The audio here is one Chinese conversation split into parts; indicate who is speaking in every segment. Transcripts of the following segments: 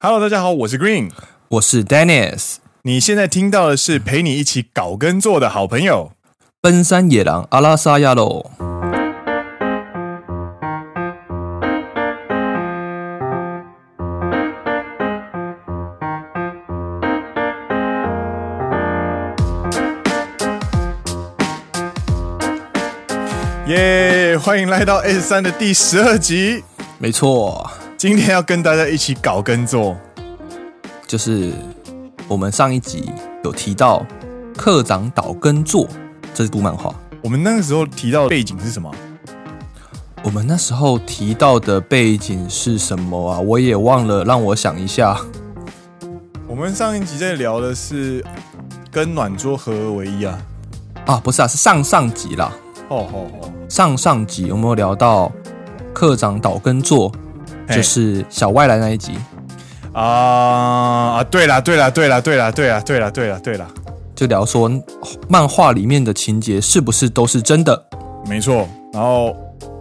Speaker 1: Hello，大家好，我是 Green。
Speaker 2: 我是 Dennis，
Speaker 1: 你现在听到的是陪你一起搞耕作的好朋友。
Speaker 2: 奔山野狼阿拉萨亚喽。
Speaker 1: 耶、欢迎来到 S 三的第十二集。
Speaker 2: 没错，
Speaker 1: 今天要跟大家一起搞耕作。
Speaker 2: 就是我们上一集有提到课长岛耕作这部漫画，
Speaker 1: 我们那个时候提到的背景是什么？
Speaker 2: 我们那时候提到的背景是什么啊？我也忘了，让我想一下。
Speaker 1: 我们上一集在聊的是跟暖桌合而为一啊。
Speaker 2: 啊，不是啊，是上上集啦，
Speaker 1: 哦哦哦，
Speaker 2: 上上集我们有聊到课长岛耕作，
Speaker 1: 嘿
Speaker 2: 就是小外来那一集。
Speaker 1: 啊啊！对啦对啦对啦对啦对啦对啦对啦对啦，
Speaker 2: 就聊说漫画里面的情节是不是都是真的？
Speaker 1: 没错。然后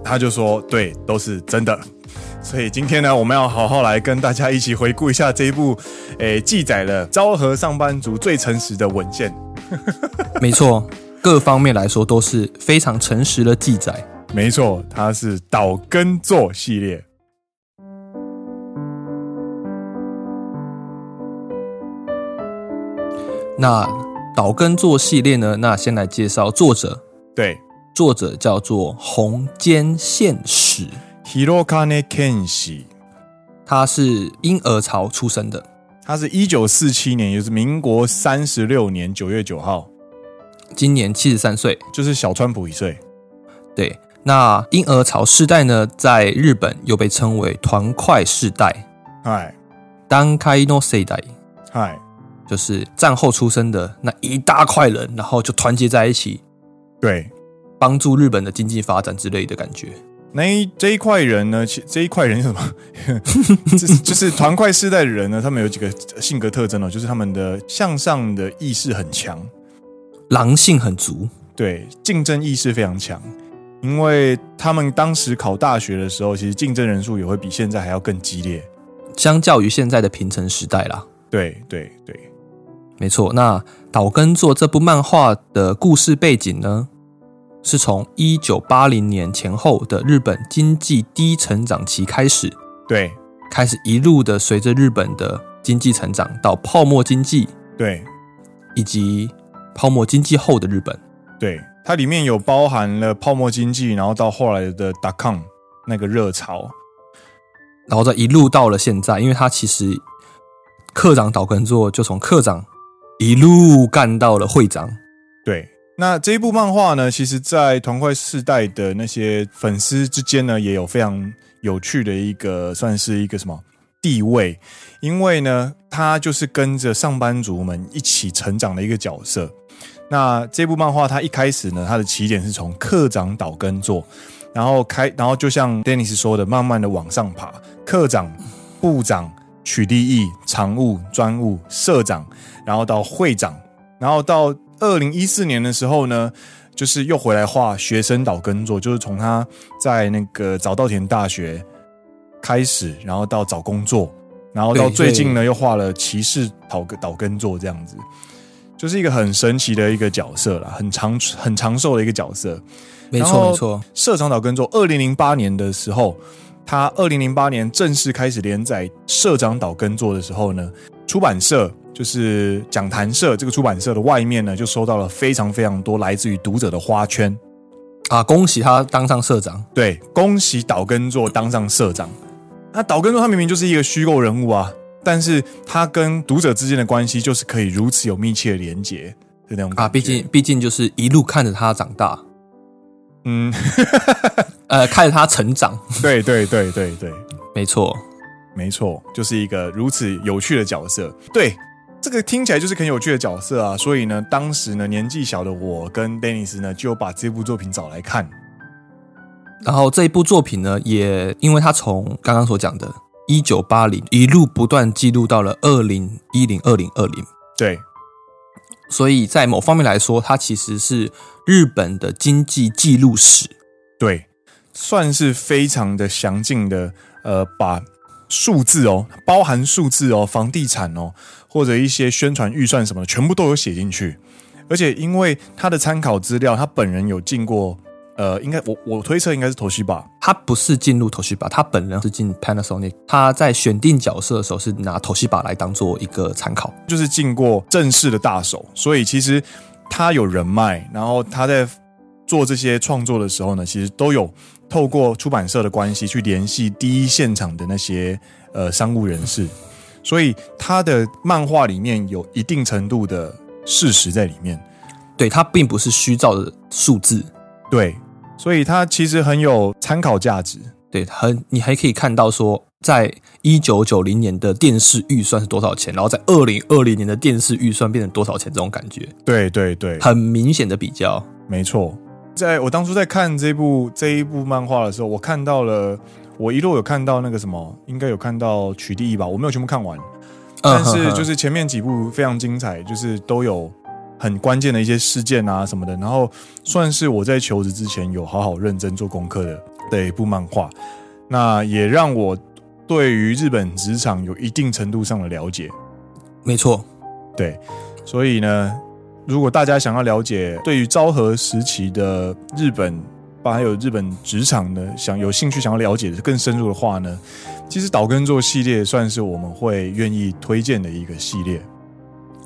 Speaker 1: 他就说，对，都是真的。 所以今天呢，我们要好好来跟大家一起回顾一下这一部，诶，记载了昭和上班族最诚实的文献。
Speaker 2: 没错，各方面来说都是非常诚实的记载。
Speaker 1: 没错，它是岛根座系列。
Speaker 2: 那岛根作系列呢？那先来介绍作者，
Speaker 1: 对
Speaker 2: 作者叫做红间宪史，
Speaker 1: ，Hirokane Kenshi，
Speaker 2: 他是婴儿潮出生的。
Speaker 1: 它是一九四七年，也就是民国三十六年九月九号，
Speaker 2: 今年七十三岁。
Speaker 1: 就是小川普一岁。
Speaker 2: 对，那婴儿潮世代呢，在日本又被称为团块世代
Speaker 1: 嗨
Speaker 2: （Dan Kai No 世代）。
Speaker 1: 嗨，
Speaker 2: 就是战后出生的那一大块人，然后就团结在一起，
Speaker 1: 对，
Speaker 2: 帮助日本的经济发展之类的感觉。
Speaker 1: 那一这一块人呢，其这一块人是什么？ 就是就是团块世代的人呢，他们有几个性格特征哦，就是他们的向上的意识很强，
Speaker 2: 狼性很足，
Speaker 1: 对，竞争意识非常强。因为他们当时考大学的时候，其实竞争人数也会比现在还要更激烈。
Speaker 2: 相较于现在的平成时代啦，
Speaker 1: 对对对，
Speaker 2: 没错。那岛根作这部漫画的故事背景呢，是从一九八零年前后的日本经济低成长期开始，
Speaker 1: 对
Speaker 2: 开始一路的随着日本的经济成长到泡沫经济
Speaker 1: 对
Speaker 2: 以及泡沫经济后的日本。
Speaker 1: 对，它里面有包含了泡沫经济，然后到后来的 dot com 那个热潮。
Speaker 2: 然后再一路到了现在，因为他其实课长岛根座就从课长一路干到了会长，
Speaker 1: 对，那这一部漫画呢，其实在团块世代的那些粉丝之间呢，也有非常有趣的一个，算是一个什么地位？因为呢，他就是跟着上班族们一起成长的一个角色。那这部漫画它一开始呢，它的起点是从课长岛根做，然后开，然后就像 Dennis 说的，慢慢的往上爬，课长、部长、取缔役、常务、专务、社长，然后到会长，然后到二零一四年的时候呢，就是又回来画学生岛耕作，就是从他在那个早稻田大学开始，然后到找工作，然后到
Speaker 2: 对
Speaker 1: 最近
Speaker 2: 所
Speaker 1: 呢又画了骑士岛耕岛耕作这样子，就是一个很神奇的一个角色啦，很长很长寿的一个角色。
Speaker 2: 没
Speaker 1: 然后
Speaker 2: 错没错，
Speaker 1: 社长岛耕作，二零零八年的时候，他二零零八年正式开始连载《社长岛耕作》的时候呢，出版社就是讲坛社这个出版社的外面呢，就收到了非常非常多来自于读者的花圈，
Speaker 2: 啊，恭喜他当上社长，
Speaker 1: 对，恭喜岛根座当上社长。那岛根座他明明就是一个虚构人物啊，但是他跟读者之间的关系就是可以如此有密切的连结的那种感
Speaker 2: 啊，
Speaker 1: 觉
Speaker 2: 毕竟毕竟就是一路看着他长大，
Speaker 1: 嗯，
Speaker 2: 呃，看着他成长，
Speaker 1: 对对对对对。
Speaker 2: 没错，
Speaker 1: 没错，就是一个如此有趣的角色。对，这个听起来就是很有趣的角色啊。所以呢，当时呢年纪小的我跟 Dennis 呢就把这部作品找来看。
Speaker 2: 然后这一部作品呢，也因为他从刚刚所讲的。一九八零一路不断记录到了二零一零二零二零，
Speaker 1: 对
Speaker 2: 所以在某方面来说，它其实是日本的经济记录史。
Speaker 1: 对，算是非常的详尽的，呃，把数字哦，包含数字哦，房地产哦，或者一些宣传预算什么的，全部都有写进去。而且因为他的参考资料，他本人有进过，呃，应该我我推测应该是头绪吧，
Speaker 2: 他不是进入 Toshiba，他本人是进 Panasonic。他在选定角色的时候是拿 Toshiba 来当做一个参考。
Speaker 1: 就是进过正式的大手，所以其实他有人脉，然后他在做这些创作的时候呢，其实都有透过出版社的关系去联系第一现场的那些呃商务人士，所以他的漫画里面有一定程度的事实在里面。
Speaker 2: 对，他并不是虚造的数字。
Speaker 1: 对，所以它其实很有参考价值。
Speaker 2: 对，很你还可以看到说，在一九九零年的电视预算是多少钱，然后在二零二零年的电视预算变成多少钱，这种感觉
Speaker 1: 对对对，
Speaker 2: 很明显的比较。嗯
Speaker 1: 没错。在我当初在看这部这一部漫画的时候，我看到了，我一路有看到那个什么，应该有看到曲第一吧，我没有全部看完，但是就是前面几部非常精彩，就是都有很关键的一些事件啊什么的，然后算是我在求职之前有好好认真做功课的的一部漫画，那也让我对于日本职场有一定程度上的了解。
Speaker 2: 没错，
Speaker 1: 对，所以呢，如果大家想要了解对于昭和时期的日本，包含有日本职场的，想有兴趣想要了解的更深入的话呢，其实岛根座系列算是我们会愿意推荐的一个系列。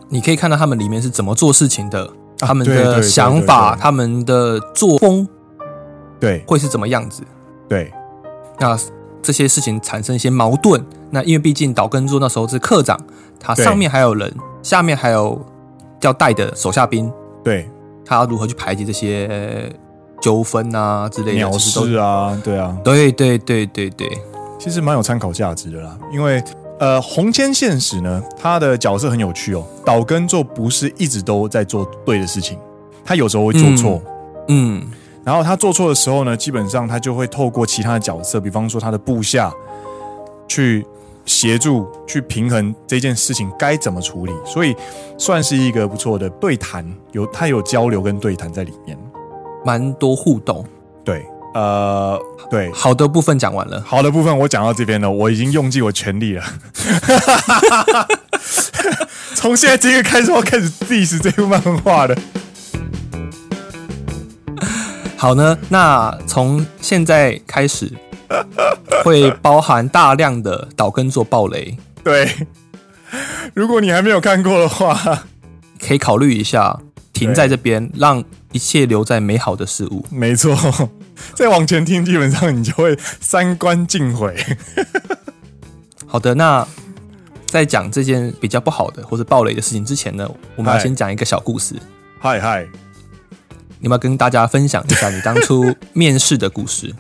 Speaker 2: 你可以看到他们里面是怎么做事情的，
Speaker 1: 啊
Speaker 2: 他们
Speaker 1: 对对
Speaker 2: 的
Speaker 1: 对
Speaker 2: 想法，
Speaker 1: 对对
Speaker 2: 他们的作风
Speaker 1: 对
Speaker 2: 会是怎么样子。
Speaker 1: 对
Speaker 2: 那这些事情产生一些矛盾。那因为毕竟岛根座那时候是课长，他
Speaker 1: 对
Speaker 2: 上面还有人，下面还有要带的手下兵，
Speaker 1: 对，
Speaker 2: 他要如何去排解这些呃纠纷啊之类的，
Speaker 1: 鸟
Speaker 2: 其实都
Speaker 1: 事啊，对啊，
Speaker 2: 对对对对对，
Speaker 1: 其实蛮有参考价值的啦，因为。呃，红千现实呢，他的角色很有趣哦。岛根座不是一直都在做对的事情，他有时候会做错，
Speaker 2: 嗯，
Speaker 1: 然后他做错的时候呢，基本上他就会透过其他的角色，比方说他的部下，去协助去平衡这件事情该怎么处理，所以算是一个不错的对谈，有他有交流跟对谈在里面。
Speaker 2: 蛮多互动。
Speaker 1: 对，呃，对，
Speaker 2: 好的部分讲完了，
Speaker 1: 好的部分我讲到这边了，我已经用尽我全力了。 从现在这个开始，我要开始 diss 这部漫画了。
Speaker 2: 好呢，那从现在 开始会包含大量的岛根座暴雷，
Speaker 1: 对，如果你还没有看过的话，
Speaker 2: 可以考虑一下，停在这边，让一切留在美好的事物。
Speaker 1: 没错， 再往前听，基本上你就会三观尽毁。
Speaker 2: 好的，那在讲这件比较不好的或者暴雷的事情之前呢，我们要
Speaker 1: 嗨
Speaker 2: 先讲一个小故事，
Speaker 1: 嗨嗨，
Speaker 2: 你们要跟大家分享一下你当初面试的故事。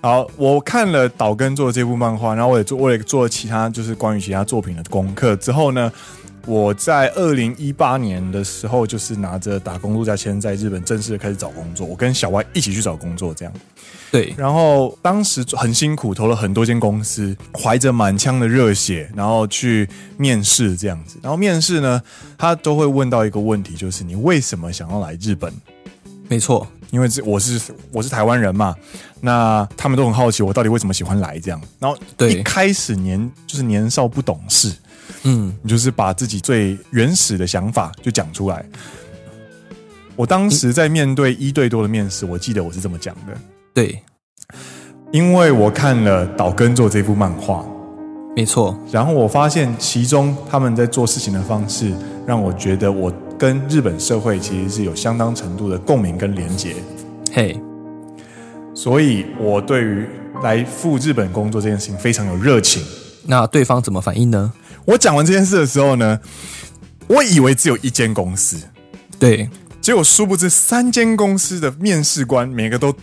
Speaker 1: 好，我看了岛根做这部漫画，然后我也做，我也做了其他就是关于其他作品的功课之后呢，我在二零一八年的时候，就是拿着打工度假签在日本正式的开始找工作，我跟小歪一起去找工作这样。
Speaker 2: 对，
Speaker 1: 然后当时很辛苦，投了很多间公司，怀着满腔的热血，然后去面试这样子。然后面试呢，他都会问到一个问题，就是你为什么想要来日本？
Speaker 2: 没错，
Speaker 1: 因为这我是我是台湾人嘛，那他们都很好奇我到底为什么喜欢来这样。然后
Speaker 2: 对
Speaker 1: 一开始年就是年少不懂事，
Speaker 2: 嗯，
Speaker 1: 你就是把自己最原始的想法就讲出来。我当时在面对一对多的面试，我记得我是这么讲的。
Speaker 2: 对，
Speaker 1: 因为我看了岛根做这部漫画，
Speaker 2: 没错，
Speaker 1: 然后我发现其中他们在做事情的方式，让我觉得我跟日本社会其实是有相当程度的共鸣跟连结，
Speaker 2: 嘿，
Speaker 1: 所以我对于来赴日本工作这件事情非常有热情。
Speaker 2: 那对方怎么反应呢？
Speaker 1: 我讲完这件事的时候呢，我以为只有一间公司，
Speaker 2: 对，
Speaker 1: 结果殊不知三间公司的面试官每个都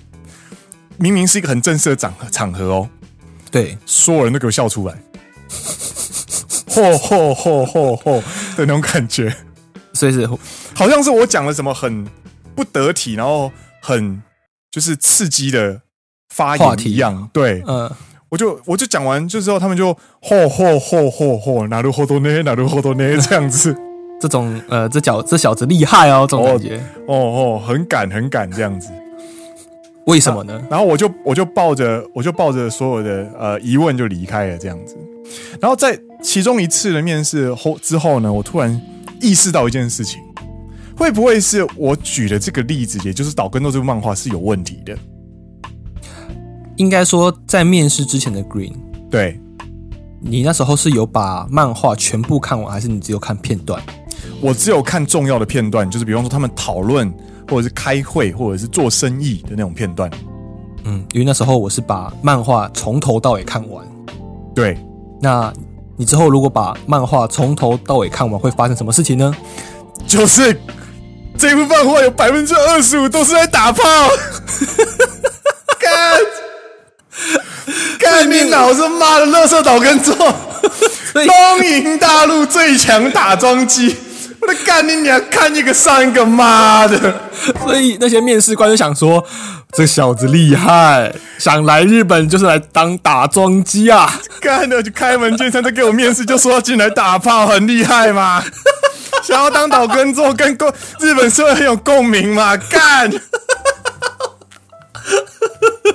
Speaker 1: 明明是一个很正式的场合场合哦，
Speaker 2: 对，
Speaker 1: 所有人都给我笑出来， 吼吼吼吼吼的那种感觉，
Speaker 2: 所以是
Speaker 1: 好像是我讲了什么很不得体，然后很就是刺激的发
Speaker 2: 话
Speaker 1: 言
Speaker 2: 题
Speaker 1: 一样。对，
Speaker 2: 呃，
Speaker 1: 我就我就讲完就之后，他们就吼吼吼吼吼，哪路吼多呢，哪路吼多呢，这样子，
Speaker 2: 这种呃，这小这小子厉害哦，这种感觉，
Speaker 1: 哦哦，很敢很敢这样子。
Speaker 2: 为什么呢？
Speaker 1: 然后我就我就抱着我就抱着所有的呃疑问就离开了这样子。然后在其中一次的面试后之后呢，我突然意识到一件事情，会不会是我举的这个例子，也就是岛根豆这部漫画是有问题的？
Speaker 2: 应该说，在面试之前的 Green，
Speaker 1: 对
Speaker 2: 你那时候是有把漫画全部看完，还是你只有看片段？
Speaker 1: 我只有看重要的片段，就是比方说他们讨论，或者是开会，或者是做生意的那种片段。
Speaker 2: 嗯，因为那时候我是把漫画从头到尾看完。
Speaker 1: 对，
Speaker 2: 那你之后如果把漫画从头到尾看完，会发生什么事情呢？
Speaker 1: 就是这部漫画有百分之二十五都是在打炮。干，干你老子妈的乐色岛根座，
Speaker 2: 所以
Speaker 1: 东瀛大陆最强打桩机。我的干你娘，看一个上一个，妈的！
Speaker 2: 所以那些面试官就想说，这小子厉害，想来日本就是来当打桩机啊！
Speaker 1: 干的就开门见山在给我面试，就说要进来打炮，很厉害嘛。 想要当岛根座，跟共日本社会很有共鸣嘛？干！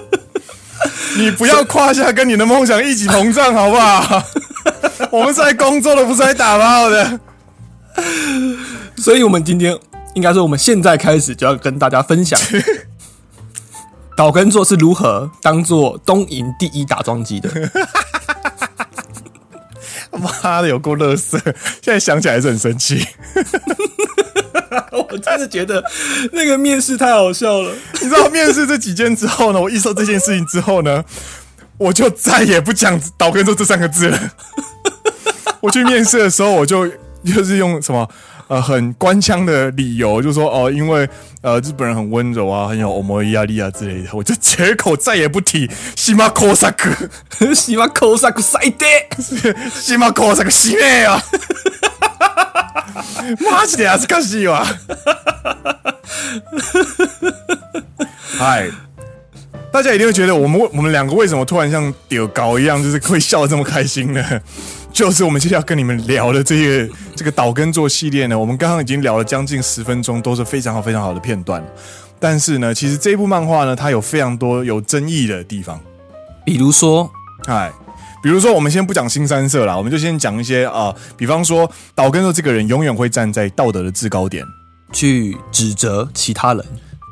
Speaker 1: 你不要胯下跟你的梦想一起膨胀，好不好？ 我们是来工作的，不是来打炮的。
Speaker 2: 所以我们今天应该说，我们现在开始就要跟大家分享 岛根座是如何当做东瀛第一打桩机的。
Speaker 1: 妈的，有够乐色！现在想起来还是很生气。
Speaker 2: 我真的觉得那个面试太好笑了。
Speaker 1: 你知道面试这几间之后呢，我意识到这件事情之后呢，我就再也不讲“岛根做”这三个字了。 我去面试的时候，我就就是用什么呃很官腔的理由，就说哦、因为呃日本人很温柔啊，很有欧摩压力啊之类的，我就 绝口再也不提西马科萨克、
Speaker 2: 喜欢口萨克塞德，
Speaker 1: 西马科萨克西妹啊，マジで恥ずかしいわ。嗨，大家一定会觉得我们为我们两个为什么突然像丢高一样，就是会笑得这么开心呢？就是我们接下来跟你们聊的这个这个岛根座系列呢，我们刚刚已经聊了将近十分钟，都是非常好非常好的片段。但是呢，其实这部漫画呢，它有非常多有争议的地方。
Speaker 2: 比如说，
Speaker 1: 哎，比如说我们先不讲新三色啦，我们就先讲一些啊、呃比方说岛根座这个人永远会站在道德的制高点，
Speaker 2: 去指责其他人。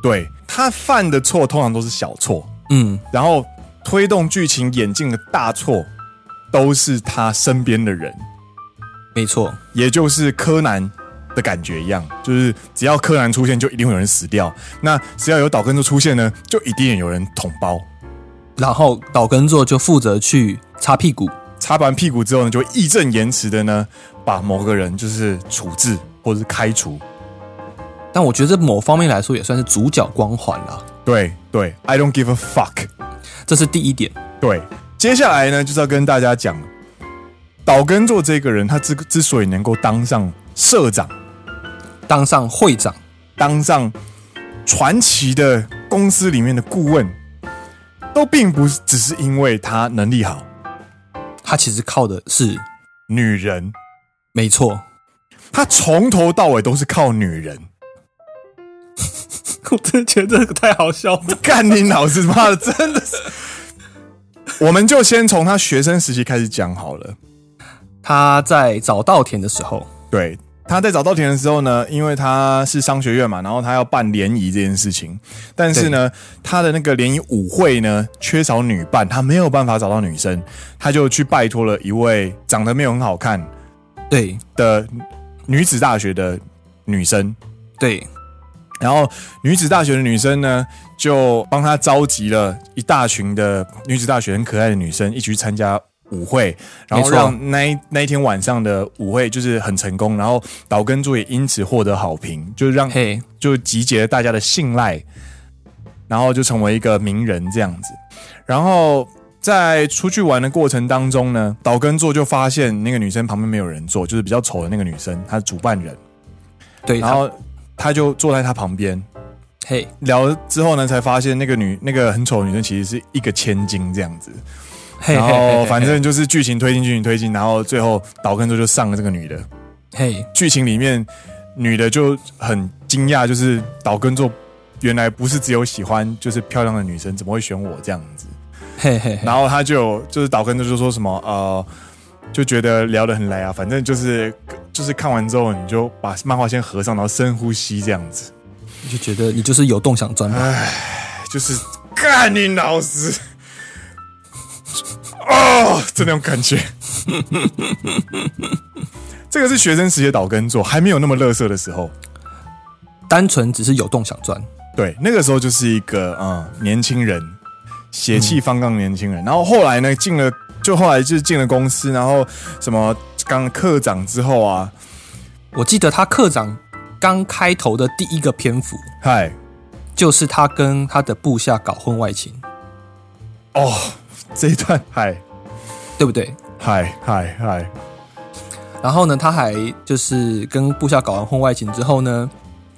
Speaker 1: 对他犯的错通常都是小错，
Speaker 2: 嗯，
Speaker 1: 然后推动剧情演进的大错都是他身边的人，
Speaker 2: 没错，
Speaker 1: 也就是柯南。的感觉一样，就是只要柯南出现，就一定会有人死掉。那只要有岛根座出现呢，就一定有人捅包。
Speaker 2: 然后岛根座就负责去擦屁股，
Speaker 1: 擦完屁股之后呢，就会义正言辞的呢，把某个人就是处置或者是开除。
Speaker 2: 但我觉得这某方面来说也算是主角光环啦。
Speaker 1: 对对，I don't give a fuck。
Speaker 2: 这是第一点，
Speaker 1: 对，接下来呢就是要跟大家讲，岛根座这个人，他之之所以能够当上社长，
Speaker 2: 当上会长，
Speaker 1: 当上传奇的公司里面的顾问，都并不是只是因为他能力好，
Speaker 2: 他其实靠的是
Speaker 1: 女人，
Speaker 2: 没错。
Speaker 1: 他从头到尾都是靠女人。
Speaker 2: 我真的觉得这个太好笑了。
Speaker 1: 干你老子妈的，真的是！我们就先从他学生时期开始讲好了。
Speaker 2: 他在早稻田的时候，
Speaker 1: 对，他在早稻田的时候呢，因为他是商学院嘛，然后他要办联谊这件事情，但是呢，他的那个联谊舞会呢缺少女伴，他没有办法找到女生，他就去拜托了一位长得没有很好看
Speaker 2: 对
Speaker 1: 的女子大学的女生，
Speaker 2: 对，
Speaker 1: 然后女子大学的女生呢，就帮他召集了一大群的女子大学很可爱的女生一起去参加舞会，然后
Speaker 2: 没错
Speaker 1: 让那一那一天晚上的舞会就是很成功，然后岛根助也因此获得好评，就让
Speaker 2: 嘿，
Speaker 1: 就集结了大家的信赖，然后就成为一个名人这样子。然后在出去玩的过程当中呢，岛根座就发现那个女生旁边没有人坐，就是比较丑的那个女生，她是主办人，
Speaker 2: 对，
Speaker 1: 然
Speaker 2: 他
Speaker 1: 后他就坐在她旁边。
Speaker 2: 嘿，
Speaker 1: 聊了之后呢，才发现那个女那个很丑的女生其实是一个千金这样子。
Speaker 2: 嘿，
Speaker 1: 然
Speaker 2: 嘿嘿
Speaker 1: 后
Speaker 2: 嘿
Speaker 1: 反正就是剧情推进，剧情推进，然后最后岛根座就上了这个女的。
Speaker 2: 嘿，
Speaker 1: 剧情里面女的就很惊讶，就是岛根座原来不是只有喜欢就是漂亮的女生，怎么会选我这样子？
Speaker 2: 嘿嘿嘿，
Speaker 1: 然后他就有就是岛根就说什么呃，就觉得聊得很来啊，反正就是就是看完之后你就把漫画先合上，然后深呼吸这样子，
Speaker 2: 你就觉得你就是有洞想钻吧。
Speaker 1: 就是干你老子哦，就那种感觉。 这个是学生时期的岛根做，还没有那么乐色的时候。
Speaker 2: 单纯只是有洞想钻。
Speaker 1: 对，那个时候就是一个嗯年轻人，血气方刚的年轻人。然后后来呢，进了就后来就是进了公司，然后什么刚科长之后啊，
Speaker 2: 我记得他课长刚开头的第一个篇幅，
Speaker 1: 嗨
Speaker 2: 就是他跟他的部下搞婚外情，
Speaker 1: 哦这一段嗨
Speaker 2: 对不对？
Speaker 1: 嗨嗨嗨，
Speaker 2: 然后呢，他还就是跟部下搞完婚外情之后呢，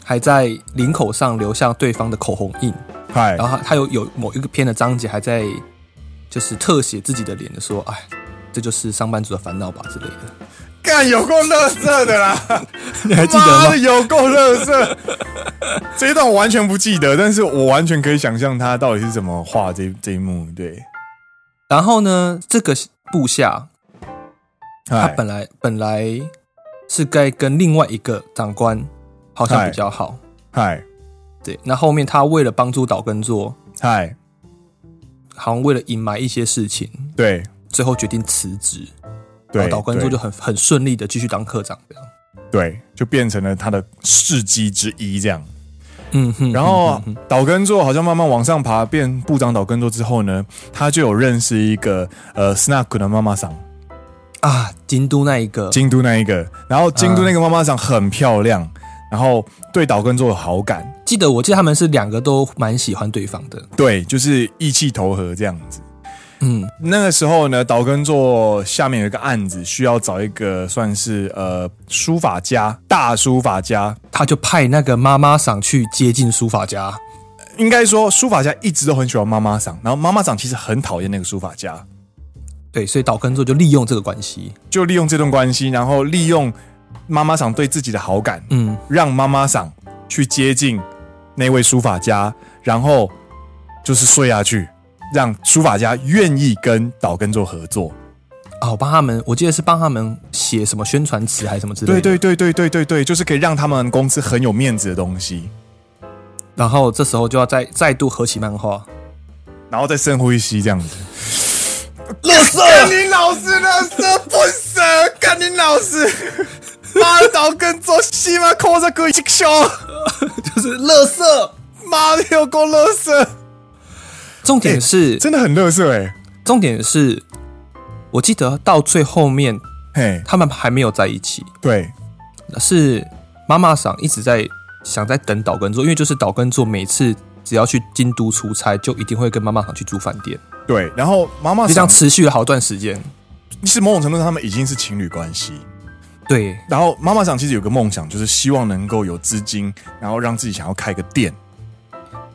Speaker 2: 还在领口上留下对方的口红印。
Speaker 1: 嗨
Speaker 2: 然后他他有有某一个篇的章节还在就是特写自己的脸的说，哎，这就是上班族的烦恼吧之类的。
Speaker 1: 干有够乐色的啦！
Speaker 2: 你 还记
Speaker 1: 妈
Speaker 2: 得
Speaker 1: 的
Speaker 2: 吗？
Speaker 1: 有够乐色。 这一段我完全不记得，但是我完全可以想象他到底是怎么画这这一幕。对，
Speaker 2: 然后呢，这个部下他
Speaker 1: 嗨
Speaker 2: 本来本来是该跟另外一个长官好像
Speaker 1: 嗨
Speaker 2: 比较好，
Speaker 1: 嗨
Speaker 2: 对。那后面他为了帮助岛根做，
Speaker 1: 嗨，
Speaker 2: 好像为了隐瞒一些事情，
Speaker 1: 对
Speaker 2: 最后决定辞职。
Speaker 1: 对，
Speaker 2: 然后岛根
Speaker 1: 对
Speaker 2: 座就很很顺利的继续当科长这样。
Speaker 1: 对，就变成了他的事迹之一这样。
Speaker 2: 嗯哼，
Speaker 1: 然后岛根座好像慢慢往上爬，变部长岛根座之后呢，他就有认识一个呃 Snack 的妈妈桑，
Speaker 2: 啊，京都那一个，
Speaker 1: 京都那一个，然
Speaker 2: 啊
Speaker 1: 后京都那个妈妈桑很漂亮，然后对岛根座有好感，
Speaker 2: 记得我记得他们是两个都蛮喜欢对方的。
Speaker 1: 对，就是意气投合这样子。
Speaker 2: 嗯，
Speaker 1: 那个时候呢，岛根座下面有一个案子，需要找一个算是呃书法家，大书法家。
Speaker 2: 他就派那个妈妈桑去接近书法家。
Speaker 1: 应该说，书法家一直都很喜欢妈妈桑，然后妈妈桑其实很讨厌那个书法家，
Speaker 2: 对，所以岛根座就利用这个关系，
Speaker 1: 就利用这段关系，然后利用妈妈桑对自己的好感，
Speaker 2: 嗯，
Speaker 1: 让妈妈桑去接近那位书法家，然后就是睡下去，让书法家愿意跟岛根做合作。
Speaker 2: 啊，我帮他们，我记得是帮他们写什么宣传词还是什么之类
Speaker 1: 对
Speaker 2: 的。
Speaker 1: 对对对对对对，就是可以让他们公司很有面子的东西。
Speaker 2: 然后这时候就要再再度合起漫画，
Speaker 1: 然后再深呼一吸这样子。乐色，你老师乐色不舍，干你老师，妈的岛跟做西吗？扣着个一笑，
Speaker 2: 就是乐色。
Speaker 1: 妈的有够乐色，
Speaker 2: 重
Speaker 1: 哎
Speaker 2: 点是，
Speaker 1: 真的很乐色哎，
Speaker 2: 重点是，我记得到最后面
Speaker 1: 嘿，
Speaker 2: 他们还没有在一起，
Speaker 1: 对
Speaker 2: 是妈妈桑一直在想在等岛根座，因为就是岛根座每次只要去京都出差，就一定会跟妈妈桑去住饭店，
Speaker 1: 对，然后妈妈
Speaker 2: 就这
Speaker 1: 想，
Speaker 2: 样持续了好段时间。
Speaker 1: 其实某种程度上他们已经是情侣关系。
Speaker 2: 对，
Speaker 1: 然后妈妈想，其实有个梦想，就是希望能够有资金，然后让自己想要开个店。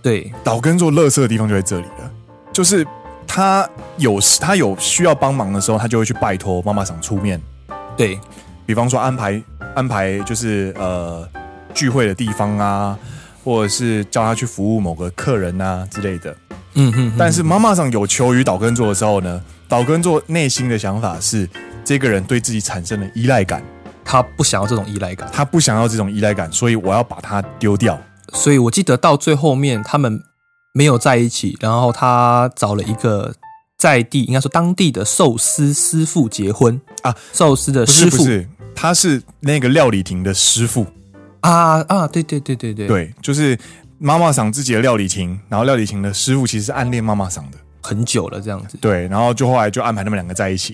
Speaker 2: 对，
Speaker 1: 岛根做乐色的地方就在这里了，就是他有他有需要帮忙的时候，他就会去拜托妈妈想出面。
Speaker 2: 对，
Speaker 1: 比方说安排安排就是呃聚会的地方啊，或者是叫他去服务某个客人啊之类的。
Speaker 2: 嗯哼哼，
Speaker 1: 但是妈妈上有求于岛根座的时候呢，岛根座内心的想法是，这个人对自己产生了依赖感，
Speaker 2: 他不想要这种依赖感，
Speaker 1: 他不想要这种依赖感，所以我要把他丢掉。
Speaker 2: 所以我记得到最后面他们没有在一起，然后他找了一个在地，应该说当地的寿司师傅结婚
Speaker 1: 啊，
Speaker 2: 寿司的
Speaker 1: 不是
Speaker 2: 师
Speaker 1: 不
Speaker 2: 傅
Speaker 1: 是，他是那个料理亭的师傅，
Speaker 2: 啊啊，对对对对对，
Speaker 1: 对，就是妈妈桑自己的料理亭，然后料理亭的师傅其实是暗恋妈妈桑的。
Speaker 2: 很久了这样子，
Speaker 1: 对，然后就后来就安排他们两个在一起，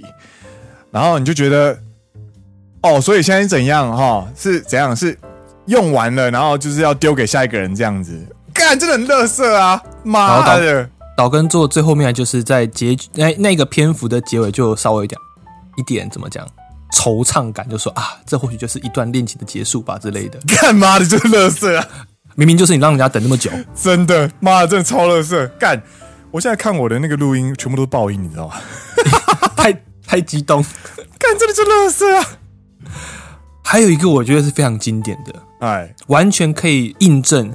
Speaker 1: 然后你就觉得，哦，所以现在是怎样哈、是怎样？是用完了，然后就是要丢给下一个人这样子，干，真的很乐色啊！
Speaker 2: 然
Speaker 1: 妈
Speaker 2: 后到
Speaker 1: 的，
Speaker 2: 岛根座最后面就是在结局那那个篇幅的结尾就稍微有点一点怎么讲惆怅感，就说啊，这或许就是一段恋情的结束吧之类的。
Speaker 1: 干妈的就是乐色啊！
Speaker 2: 明明就是你让人家等那么久，
Speaker 1: 真的，妈的，真的超乐色，干！我现在看我的那个录音，全部都是爆音，你知道吗？
Speaker 2: 太太激动。
Speaker 1: 干，真的是乐色啊！
Speaker 2: 还有一个我觉得是非常经典的，
Speaker 1: 哎，
Speaker 2: 完全可以印证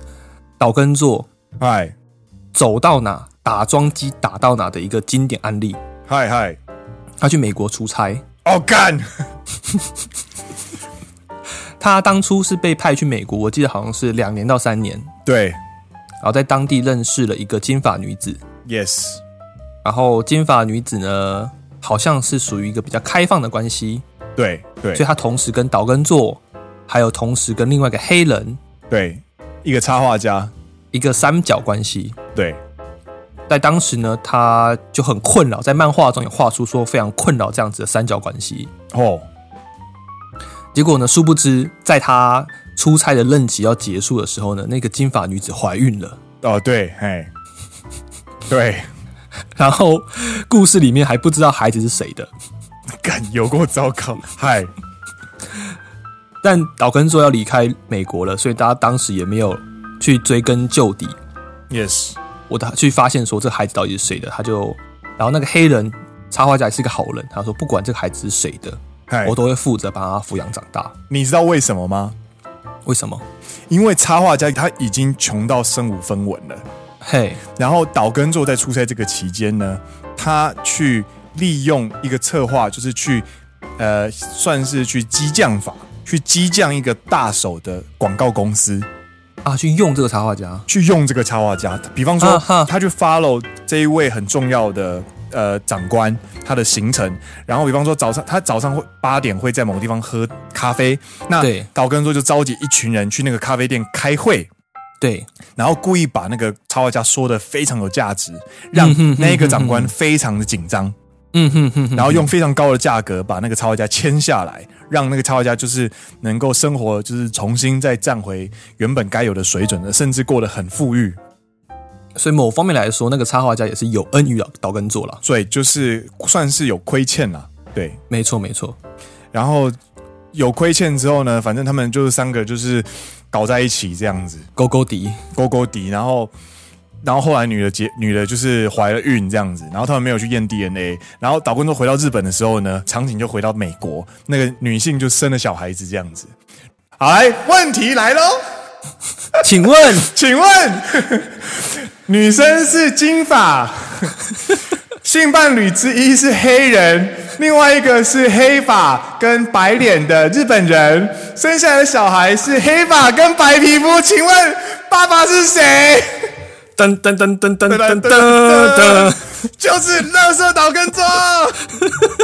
Speaker 2: 岛根座
Speaker 1: 嗨
Speaker 2: 走到哪打桩机打到哪的一个经典案例。
Speaker 1: 嗨嗨，
Speaker 2: 他去美国出差，
Speaker 1: 哦干，
Speaker 2: 他当初是被派去美国，我记得好像是两年到三年，
Speaker 1: 对
Speaker 2: 然后在当地认识了一个金发女子，
Speaker 1: ，yes，
Speaker 2: 然后金发女子呢好像是属于一个比较开放的关系，
Speaker 1: 对对
Speaker 2: 所以她同时跟岛根座，还有同时跟另外一个黑人
Speaker 1: 对，一个插画家，
Speaker 2: 一个三角关系。
Speaker 1: 对
Speaker 2: 在当时呢，他就很困扰，在漫画中也画出说非常困扰这样子的三角关系。
Speaker 1: 哦，
Speaker 2: 结果呢，殊不知在他出差的任期要结束的时候呢，那个金发女子怀孕了。
Speaker 1: 哦对，嘿，对，
Speaker 2: 然后故事里面还不知道孩子是谁的，
Speaker 1: 干有够糟糕，嗨，
Speaker 2: 但岛根说要离开美国了，所以大家当时也没有去追根究底，
Speaker 1: yes，
Speaker 2: 我的去发现说这孩子到底是谁的，他就，然后那个黑人插画家也是个好人，他说不管这个孩子是谁的，
Speaker 1: 嗨
Speaker 2: 我，都会负责把他抚养长大。
Speaker 1: 你知道为什么吗？
Speaker 2: 为什么？
Speaker 1: 因为插画家他已经穷到身无分文了。
Speaker 2: 嘿，
Speaker 1: 然后岛根座在出差这个期间呢，他去利用一个策划，就是去呃，算是去激将法，去激将一个大手的广告公司，
Speaker 2: 啊，去用这个插画家，
Speaker 1: 去用这个插画家。比方说
Speaker 2: 啊哈，
Speaker 1: 他去 follow 这一位很重要的。呃，长官他的行程，然后比方说早上，他早上会八点会在某个地方喝咖啡，那
Speaker 2: 对
Speaker 1: 岛根座就召集一群人去那个咖啡店开会，
Speaker 2: 对，
Speaker 1: 然后故意把那个插画家说的非常有价值，让那个长官非常的紧张，
Speaker 2: 嗯哼哼哼，
Speaker 1: 然后用非常高的价格把那个插画家签下来，让那个插画家就是能够生活，就是重新再站回原本该有的水准的，甚至过得很富裕。
Speaker 2: 所以某方面来说，那个插画家也是有恩于岛岛根座了，
Speaker 1: 所以就是算是有亏欠啦，对。
Speaker 2: 没错没错，
Speaker 1: 然后有亏欠之后呢，反正他们就是三个就是搞在一起这样子，
Speaker 2: 勾勾迪，
Speaker 1: 勾勾底，然后然后后来女的结女的就是怀了孕这样子，然后他们没有去验 DNA，然后岛根都回到日本的时候呢，场景就回到美国，那个女性就生了小孩子这样子。好来，问题来喽，
Speaker 2: 请问
Speaker 1: 请问 女生是金发， 性伴侣之一是黑人，另外一个是黑发跟白脸的日本人，生下来的小孩是黑发跟白皮肤，请问爸爸是谁？
Speaker 2: 噔噔噔噔噔
Speaker 1: 噔
Speaker 2: 噔噔
Speaker 1: 噔噔
Speaker 2: 噔，
Speaker 1: 噔，就是乐色岛跟桌。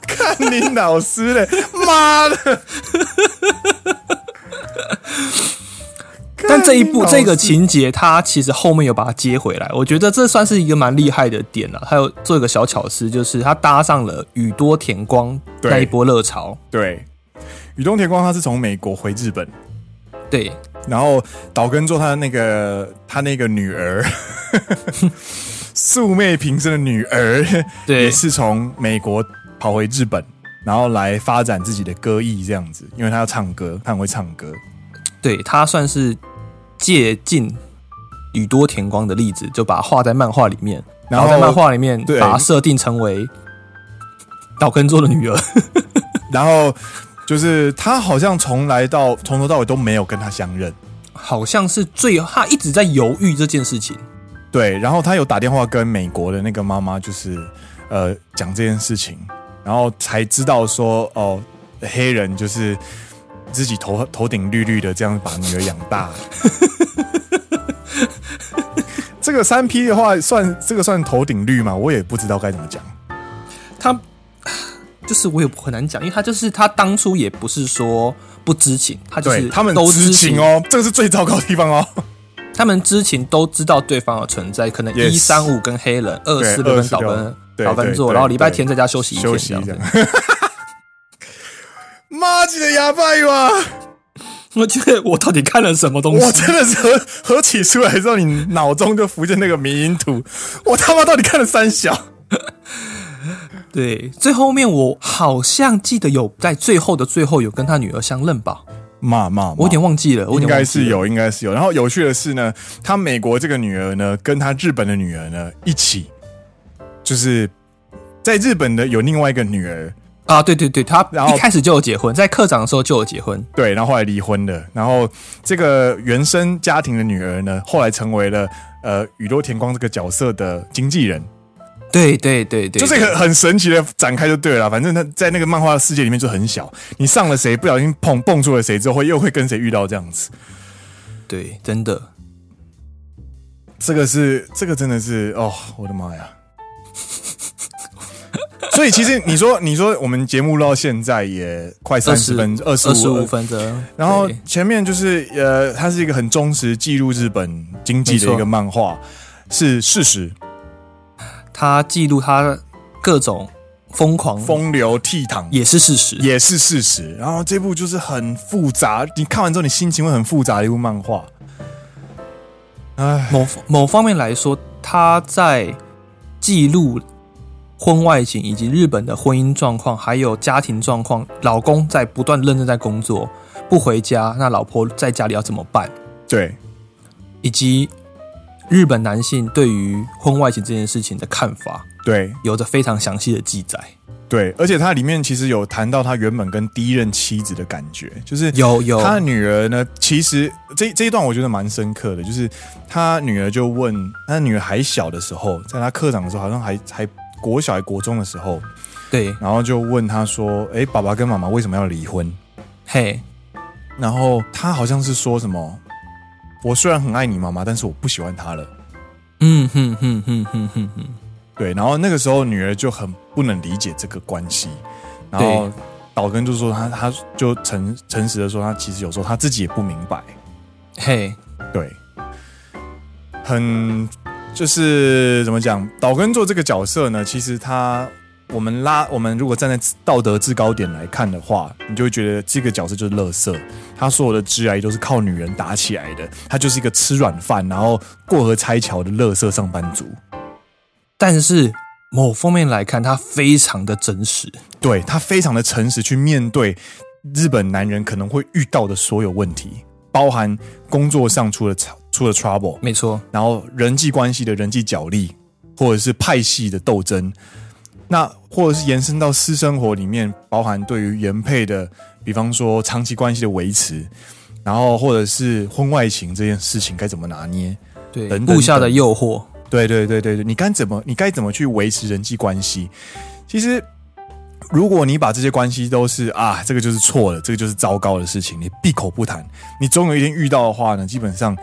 Speaker 1: 看你老师嘞，妈的！
Speaker 2: 但这一
Speaker 1: 看
Speaker 2: 部
Speaker 1: 你老师
Speaker 2: 这个情节，它其实后面有把它接回来，我觉得这算是一个蛮厉害的点了。还有做一个小巧思，就是它搭上了宇多田光
Speaker 1: 对
Speaker 2: 那一波热潮，
Speaker 1: 对，宇东田光他是从美国回日本，
Speaker 2: 对，
Speaker 1: 然后岛根做他的那个他那个女儿， 素昧平生的女儿，
Speaker 2: 对
Speaker 1: 也是从美国跑回日本，然后来发展自己的歌艺这样子，因为他要唱歌，他很会唱歌。
Speaker 2: 对，它算是借鉴宇多田光的例子，就把它画在漫画里面，
Speaker 1: 然
Speaker 2: 然
Speaker 1: 后
Speaker 2: 后在漫画里面
Speaker 1: 对
Speaker 2: 把它设定成为岛根座的女儿。
Speaker 1: 然后就是他好像从来到从头到尾都没有跟他相认，
Speaker 2: 好像是最他一直在犹豫这件事情。
Speaker 1: 对。然后他有打电话跟美国的那个妈妈，就是呃讲这件事情，然后才知道说哦，黑人就是自己头头顶绿绿的，这样把女儿养大。 这个三 P 的话，算这个算头顶绿吗？我也不知道该怎么讲。
Speaker 2: 他就是我也很难讲，因为他就是他当初也不是说不知情，他就
Speaker 1: 对
Speaker 2: 是
Speaker 1: 他们
Speaker 2: 都
Speaker 1: 知情，哦，这个是最糟糕的地方哦。
Speaker 2: 他们知情都知道对方的存在，可能
Speaker 1: Yes
Speaker 2: 一三五跟黑人，二四六
Speaker 1: 对
Speaker 2: 跟岛根
Speaker 1: 对
Speaker 2: 岛根
Speaker 1: 对
Speaker 2: 座，
Speaker 1: 对
Speaker 2: 然后礼拜
Speaker 1: 对
Speaker 2: 天在家休息 一
Speaker 1: 休
Speaker 2: 天
Speaker 1: 息
Speaker 2: 这
Speaker 1: 一
Speaker 2: 样
Speaker 1: 下
Speaker 2: 子。。
Speaker 1: 妈几的哑巴啊哇！
Speaker 2: 我觉得我到底看了什么东
Speaker 1: 我
Speaker 2: 西？
Speaker 1: 真的是合合体出来之后，你脑中就浮现那个迷因图。我他妈到底看了三小？
Speaker 2: 对，最后面我好像记得有在最后的最后有跟他女儿相认吧，
Speaker 1: 骂骂，骂
Speaker 2: 我有点忘记了，我有
Speaker 1: 应
Speaker 2: 点
Speaker 1: 该
Speaker 2: 忘记
Speaker 1: 是
Speaker 2: 了。
Speaker 1: 有，应该是有。然后有趣的是呢，他美国这个女儿呢，跟他日本的女儿呢一起，就是在日本的有另外一个女儿，
Speaker 2: 啊，对对对，他
Speaker 1: 然后
Speaker 2: 一开始就有结婚，在课长的时候就有结婚，
Speaker 1: 对，然后后来离婚了。然后这个原生家庭的女儿呢，后来成为了呃宇多田光这个角色的经纪人，
Speaker 2: 对对对对，
Speaker 1: 就这
Speaker 2: 对
Speaker 1: 个很神奇的展开就对了啦。反正他在那个漫画的世界里面就很小，你上了谁，不小心碰蹦出了谁之后，会又会跟谁遇到这样子。
Speaker 2: 对，真的，
Speaker 1: 这个是这个真的是哦，我的妈呀！ 所以其实你说你说我们节目录到现在也快三十分二十
Speaker 2: 二十五
Speaker 1: 五
Speaker 2: 分的，
Speaker 1: 然后
Speaker 2: 对
Speaker 1: 前面就是呃，它是一个很忠实记录日本经济的一
Speaker 2: 没
Speaker 1: 个
Speaker 2: 错
Speaker 1: 漫画，是事实，
Speaker 2: 他记录他各种疯狂，
Speaker 1: 风流倜傥
Speaker 2: 也是事实，
Speaker 1: 也是事实。然后这部就是很复杂，你看完之后你心情会很复杂的一部漫画。唉，
Speaker 2: 某某方面来说，他在记录婚外情以及日本的婚姻状况，还有家庭状况，老公在不断认真在工作，不回家，那老婆在家里要怎么办，
Speaker 1: 对，
Speaker 2: 以及日本男性对于婚外情这件事情的看法，
Speaker 1: 对，
Speaker 2: 有着非常详细的记载。
Speaker 1: 对，而且它里面其实有谈到他原本跟第一任妻子的感觉，就是
Speaker 2: 有有，
Speaker 1: 他女儿呢，其实这这一段我觉得蛮深刻的，就是他女儿就问他女儿还小的时候，在他课长的时候，好像还还国小还国中的时候，
Speaker 2: 对，
Speaker 1: 然后就问他说：“哎，爸爸跟妈妈为什么要离婚
Speaker 2: 嘿，？”
Speaker 1: 然后他好像是说什么：“我虽然很爱你妈妈，但是我不喜欢她了。
Speaker 2: 嗯哼哼哼哼哼哼，”
Speaker 1: 对，然后那个时候女儿就很不能理解这个关系，然后
Speaker 2: 对
Speaker 1: 岛根就说他他就诚诚实的说，他其实有时候他自己也不明白。
Speaker 2: 嘿，
Speaker 1: 对，很就是怎么讲，岛根做这个角色呢，其实他我们拉我们如果站在道德制高点来看的话，你就会觉得这个角色就是垃圾，他所有的挚爱都是靠女人打起来的，他就是一个吃软饭然后过河拆桥的垃圾上班族。
Speaker 2: 但是某方面来看，他非常的真实。
Speaker 1: 对他非常的诚实去面对日本男人可能会遇到的所有问题，包含工作上出了出了 trouble，
Speaker 2: 没错，
Speaker 1: 然后人际关系的人际角力，或者是派系的斗争，那或者是延伸到私生活里面，包含对于原配的，比方说长期关系的维持，然后或者是婚外情这件事情该怎么拿捏？
Speaker 2: 对，
Speaker 1: 等等
Speaker 2: 部下的
Speaker 1: 等
Speaker 2: 诱惑，
Speaker 1: 对对对对对，你该怎么你该怎么去维持人际关系？其实，如果你把这些关系都是啊，这个就是错了，这个就是糟糕的事情，你闭口不谈，你总有一天遇到的话呢，基本上，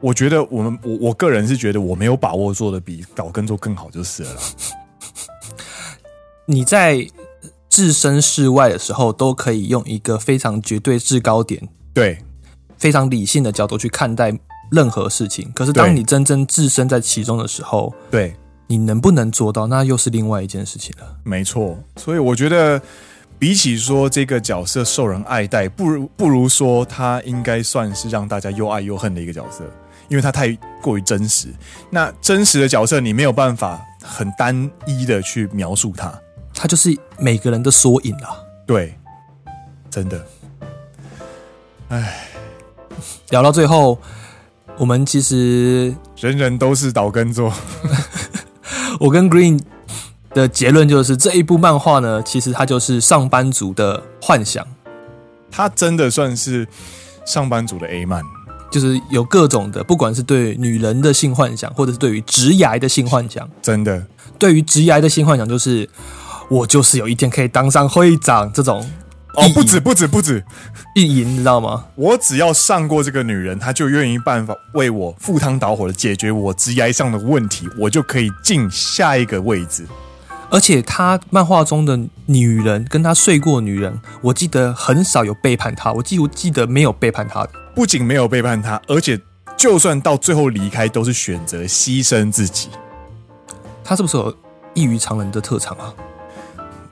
Speaker 1: 我觉得我们我我个人是觉得我没有把握做的比岛根做更好就是了啦。
Speaker 2: 你在置身事外的时候，都可以用一个非常绝对制高点、
Speaker 1: 对
Speaker 2: 非常理性的角度去看待任何事情。可是，当
Speaker 1: 对
Speaker 2: 你真正置身在其中的时候，
Speaker 1: 对，
Speaker 2: 你能不能做到，那又是另外一件事情了。
Speaker 1: 没错，所以我觉得，比起说这个角色受人爱戴，不如不如说他应该算是让大家又爱又恨的一个角色，因为他太过于真实。那真实的角色，你没有办法很单一的去描述他。
Speaker 2: 它就是每个人的缩影啊啦。
Speaker 1: 对，真的，
Speaker 2: 聊到最后，我们其实
Speaker 1: 人人都是岛根座。
Speaker 2: 我跟 Green 的结论就是，这一部漫画呢，其实它就是上班族的幻想，
Speaker 1: 他真的算是上班族的 A man。
Speaker 2: 就是有各种的，不管是对女人的性幻想，或者是对于直癌的性幻想。
Speaker 1: 真的，
Speaker 2: 对于职涯的新幻想，就是我就是有一天可以当上会长这种
Speaker 1: 哦，
Speaker 2: 意
Speaker 1: 不
Speaker 2: 淫
Speaker 1: 止不止不止，
Speaker 2: 意淫，你知道吗？
Speaker 1: 我只要上过这个女人，她就愿意办法为我赴汤蹈火的解决我职业上的问题，我就可以进下一个位置。
Speaker 2: 而且他漫画中的女人跟他睡过的女人，我记得很少有背叛他，我几乎记得没有背叛他的。
Speaker 1: 不仅没有背叛她，而且就算到最后离开，都是选择牺牲自己。
Speaker 2: 他是不是有异于常人的特长啊？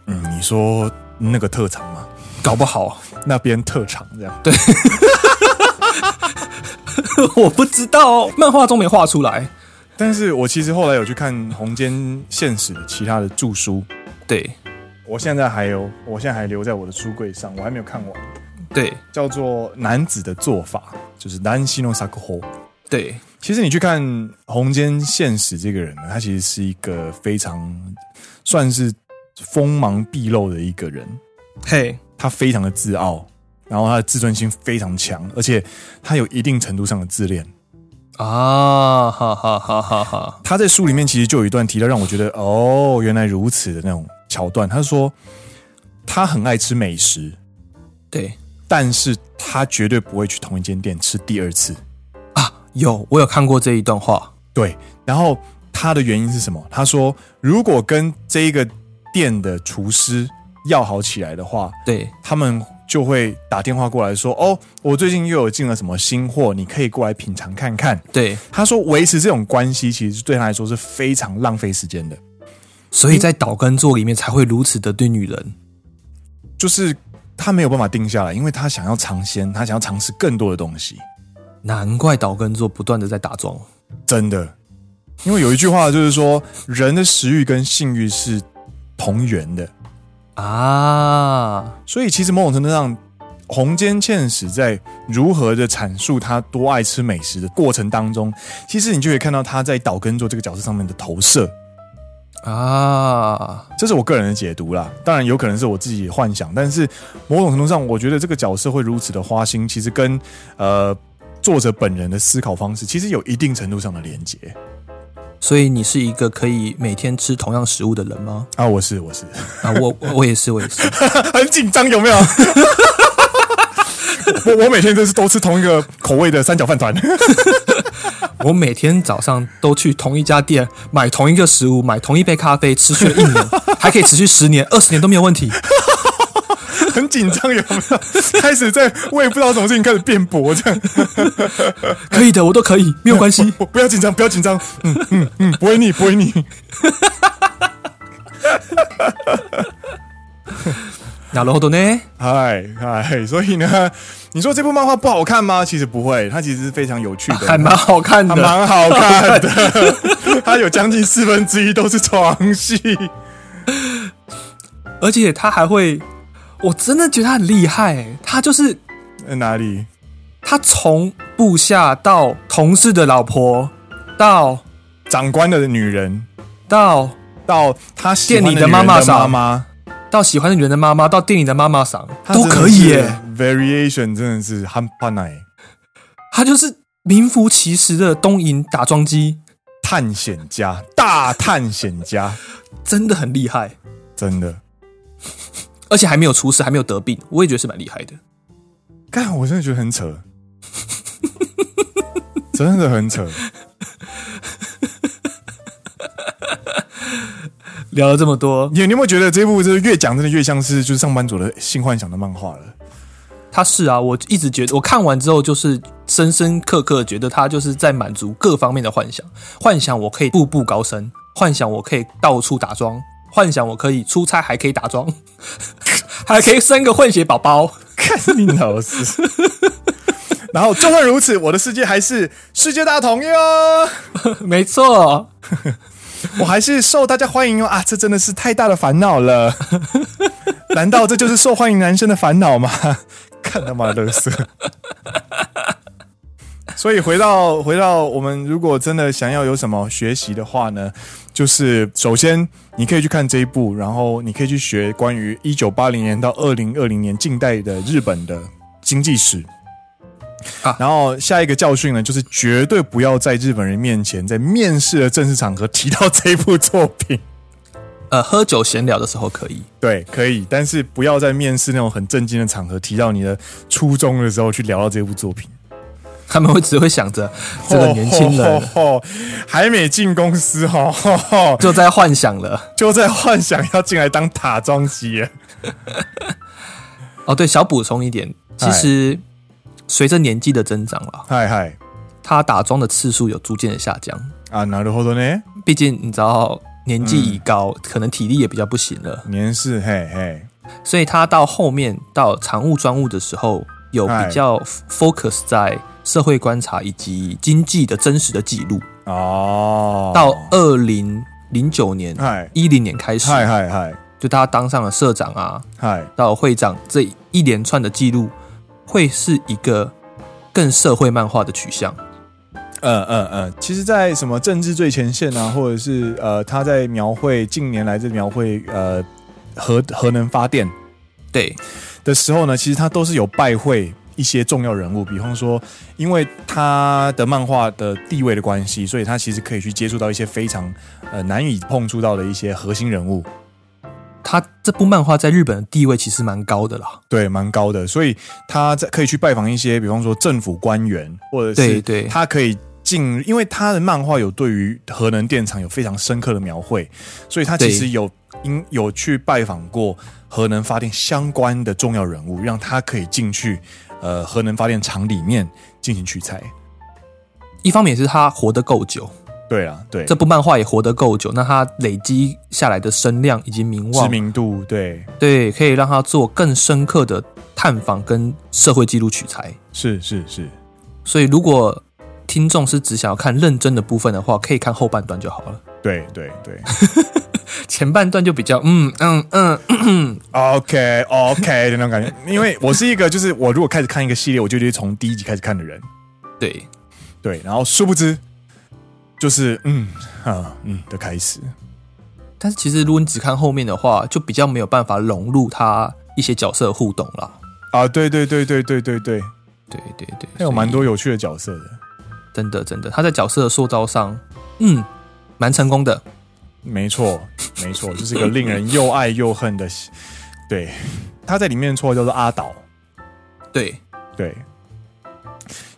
Speaker 1: 嗯，你说嗯那个特长吗？
Speaker 2: 搞不好，啊
Speaker 1: 那边特长这样？
Speaker 2: 我不知道哦，漫画中没画出来。
Speaker 1: 但是我其实后来有去看红间现史的其他的著书，
Speaker 2: 对
Speaker 1: 我现在还有，我现在还留在我的书柜上，我还没有看完，
Speaker 2: 对
Speaker 1: 叫做《男子的做法》，就是《男性の作法》。
Speaker 2: 对，
Speaker 1: 其实你去看红间宪史这个人呢，他其实是一个非常算是锋芒毕露的一个人，
Speaker 2: 嘿，
Speaker 1: 他非常的自傲，然后他的自尊心非常强，而且他有一定程度上的自恋。
Speaker 2: 啊，哈哈哈哈哈，
Speaker 1: 他在书里面其实就有一段提到，让我觉得哦，原来如此的那种桥段。他说他很爱吃美食，
Speaker 2: 对
Speaker 1: 但是他绝对不会去同一间店吃第二次。
Speaker 2: 啊，有我有看过这一段话，
Speaker 1: 对，然后他的原因是什么？他说，如果跟这一个店的厨师要好起来的话，
Speaker 2: 对
Speaker 1: 他们就会打电话过来说：“哦，我最近又有进了什么新货，你可以过来品尝看看。
Speaker 2: 对，”
Speaker 1: 他说，维持这种关系其实对他来说是非常浪费时间的，
Speaker 2: 所以在岛根座里面才会如此的对女人，
Speaker 1: 就是他没有办法定下来，因为他想要尝鲜，他想要尝试更多的东西。
Speaker 2: 难怪岛根座不断的在打桩。
Speaker 1: 真的，因为有一句话就是说，人的食欲跟性欲是同源的，
Speaker 2: 啊，
Speaker 1: 所以其实某种程度上，红间茜史在如何的阐述他多爱吃美食的过程当中，其实你就可以看到他在岛根座这个角色上面的投射。
Speaker 2: 啊，
Speaker 1: 这是我个人的解读啦，当然有可能是我自己幻想，但是某种程度上，我觉得这个角色会如此的花心，其实跟呃作者本人的思考方式其实有一定程度上的连结
Speaker 2: 所以你是一个可以每天吃同样食物的人吗？
Speaker 1: 啊。我是我 是，
Speaker 2: 啊，我我我也是，我也是。
Speaker 1: 很紧张有没有？我我每天都是都吃同一个口味的三角饭团。
Speaker 2: 我每天早上都去同一家店买同一个食物，买同一杯咖啡，持续了一年，还可以持续十年、二十年都没有问题。
Speaker 1: 很紧张，有没有？开始在为不知道什么事情开始辩驳，这样
Speaker 2: 可以的，我都可以，没有关 系。
Speaker 1: 我不要紧张，不要紧张，嗯嗯嗯，不会腻，不会 腻。
Speaker 2: 那然后呢？
Speaker 1: 嗨嗨，所以呢，你说这部漫画不好看吗？其实不会，它其实是非常有趣的，
Speaker 2: 还蛮好看
Speaker 1: 它
Speaker 2: 的。
Speaker 1: 蛮好看的。 它有将近四分之一都是床戏，
Speaker 2: 而且他还会，我真的觉得他很厉害、欸他就是
Speaker 1: 在呃哪里？
Speaker 2: 他从部下到同事的老婆，到
Speaker 1: 长官的女人
Speaker 2: 到
Speaker 1: 到他喜欢
Speaker 2: 店里的
Speaker 1: 的女
Speaker 2: 妈
Speaker 1: 人
Speaker 2: 妈
Speaker 1: 的
Speaker 2: 桑
Speaker 1: 妈妈，
Speaker 2: 到喜欢的人的妈妈，到店里的妈妈桑
Speaker 1: 她
Speaker 2: 都
Speaker 1: 真的
Speaker 2: 可以
Speaker 1: 是
Speaker 2: 耶、
Speaker 1: Variation 真的是汉帕奶
Speaker 2: 他就是名副其实的东瀛打桩机，
Speaker 1: 探险家，大探险家，
Speaker 2: 真的很厉害。
Speaker 1: 真的。
Speaker 2: 而且还没有出事，还没有得病，我也觉得是蛮厉害的。
Speaker 1: 干，我真的觉得很扯， 真的很扯。
Speaker 2: 聊了这么多，
Speaker 1: 你你有没有觉得这部就是越讲真的越像是就是上班族的性幻想的漫画了？
Speaker 2: 他是啊，我一直觉得，我看完之后就是深深刻刻地觉得他就是在满足各方面的幻想，幻想我可以步步高升，幻想我可以到处打桩，幻想我可以出差还可以打桩，还可以生个混血宝宝。
Speaker 1: 看你老师。 然后，纵观如此，我的世界还是世界大同哟，
Speaker 2: 没错，
Speaker 1: 我还是受大家欢迎哟啊！这真的是太大的烦恼 了。难道这就是受欢迎男生的烦恼吗？ 看他妈的乐色。 所以回到回到我们，如果真的想要有什么学习的话呢，就是首先你可以去看这一部，然后你可以去学关于一九八零年到二零二零年近代的日本的经济史。
Speaker 2: 啊
Speaker 1: 然后下一个教训呢，就是绝对不要在日本人面前，在面试的正式场合提到这一部作品。
Speaker 2: 呃，喝酒闲聊的时候可以，
Speaker 1: 对，可以，但是不要在面试那种很震惊的场合提到你的初衷的时候去聊到这部作品。
Speaker 2: 他们会只会想着
Speaker 1: 哦
Speaker 2: 这个年轻
Speaker 1: 吼
Speaker 2: 人
Speaker 1: 吼吼哦还没进公司吼吼吼，
Speaker 2: 就在幻想了。
Speaker 1: 就在幻想要进来当塔装机了。
Speaker 2: 哦，对，小补充一点，其实随着年纪的增长了。
Speaker 1: 嗨嗨
Speaker 2: 他打桩的次数有逐渐的下降。
Speaker 1: 啊，なるほどね。
Speaker 2: 毕竟你知道年纪已高，可能体力也比较不行了，
Speaker 1: 年事嘿嘿，
Speaker 2: 所以他到后面到常务专务的时候，有
Speaker 1: 哎
Speaker 2: 比较 focus 在社会观察以及经济的真实的记录。
Speaker 1: 哦，
Speaker 2: 到二零零九年、
Speaker 1: 嗨
Speaker 2: 一零年开始，
Speaker 1: 嗨嗨嗨
Speaker 2: 就他当上了社长啊，
Speaker 1: 嗨，
Speaker 2: 到会长这一连串的记录，会是一个更社会漫画的取向。
Speaker 1: 嗯嗯嗯，其实，在什么政治最前线啊，或者是呃，他在描绘近年来在描绘呃核核能发电
Speaker 2: 对，
Speaker 1: 的时候呢，其实他都是有拜会一些重要人物，比方说，因为他的漫画的地位的关系，所以他其实可以去接触到一些非常呃难以碰触到的一些核心人物。
Speaker 2: 他这部漫画在日本的地位其实蛮高的啦。
Speaker 1: 对，蛮高的，所以他在可以去拜访一些，比方说政府官员，或者
Speaker 2: 对
Speaker 1: 是
Speaker 2: 对，
Speaker 1: 他可以进，因为他的漫画有对于核能电厂有非常深刻的描绘，所以他其实
Speaker 2: 对
Speaker 1: 有因有去拜访过核能发电相关的重要人物，让他可以进去呃核能发电厂里面进行取材。
Speaker 2: 一方面也是他活得够久，
Speaker 1: 对啊，对，
Speaker 2: 这部漫画也活得够久，那他累积下来的声量以及名
Speaker 1: 知
Speaker 2: 望，
Speaker 1: 名度对
Speaker 2: 对，可以让他做更深刻的探访跟社会记录取材。
Speaker 1: 是是是，
Speaker 2: 所以，如果听众是只想要看认真的部分的话，可以看后半段就好了。
Speaker 1: 对对对
Speaker 2: 前半段就比较嗯嗯嗯，
Speaker 1: ，OK OK 的啊那种感觉。因为我是一个就是我如果开始看一个系列，我就得从第一集开始看的人。
Speaker 2: 对，
Speaker 1: 对，然后殊不知，就是嗯啊嗯的开始，
Speaker 2: 但是其实如果你只看后面的话，就比较没有办法融入他一些角色的互动啦。
Speaker 1: 啊，对对对对对对对，
Speaker 2: 对对对，
Speaker 1: 还有哎蛮多有趣的角色的，
Speaker 2: 所以真的真的，他在角色的塑造上，嗯，蛮成功的。
Speaker 1: 没错没错，就是一个令人又爱又恨的戏，对，他在里面错叫做阿岛，
Speaker 2: 对，
Speaker 1: 对，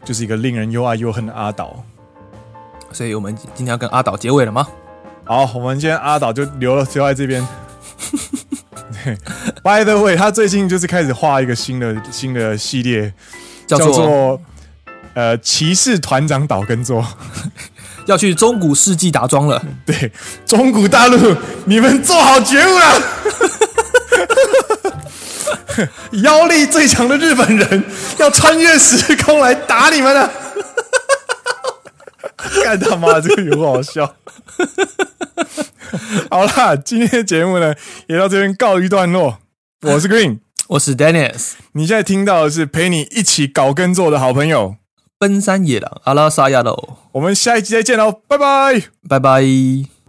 Speaker 1: 就是一个令人又爱又恨的阿岛。
Speaker 2: 所以我们今天要跟阿岛结尾了吗？
Speaker 1: 好，我们今天阿岛就留了留在这边。对，By the way，他最近就是开始画一个新的新的系列，
Speaker 2: 叫做
Speaker 1: 呃骑士团长岛耕作。
Speaker 2: 要去中古世纪打桩了。
Speaker 1: 对，中古大陆，你们做好觉悟啊了。 妖力最强的日本人要穿越时空来打你们了！啊 干他妈，这个有够好笑。 好啦，今天的节目呢也到这边告一段落。我是 Green，
Speaker 2: 我是 Dennis，
Speaker 1: 你现在听到的是陪你一起搞耕作的好朋友。
Speaker 2: 奔山野狼阿拉萨亚喽，
Speaker 1: 我们下一集再见喽，拜拜。
Speaker 2: 拜拜。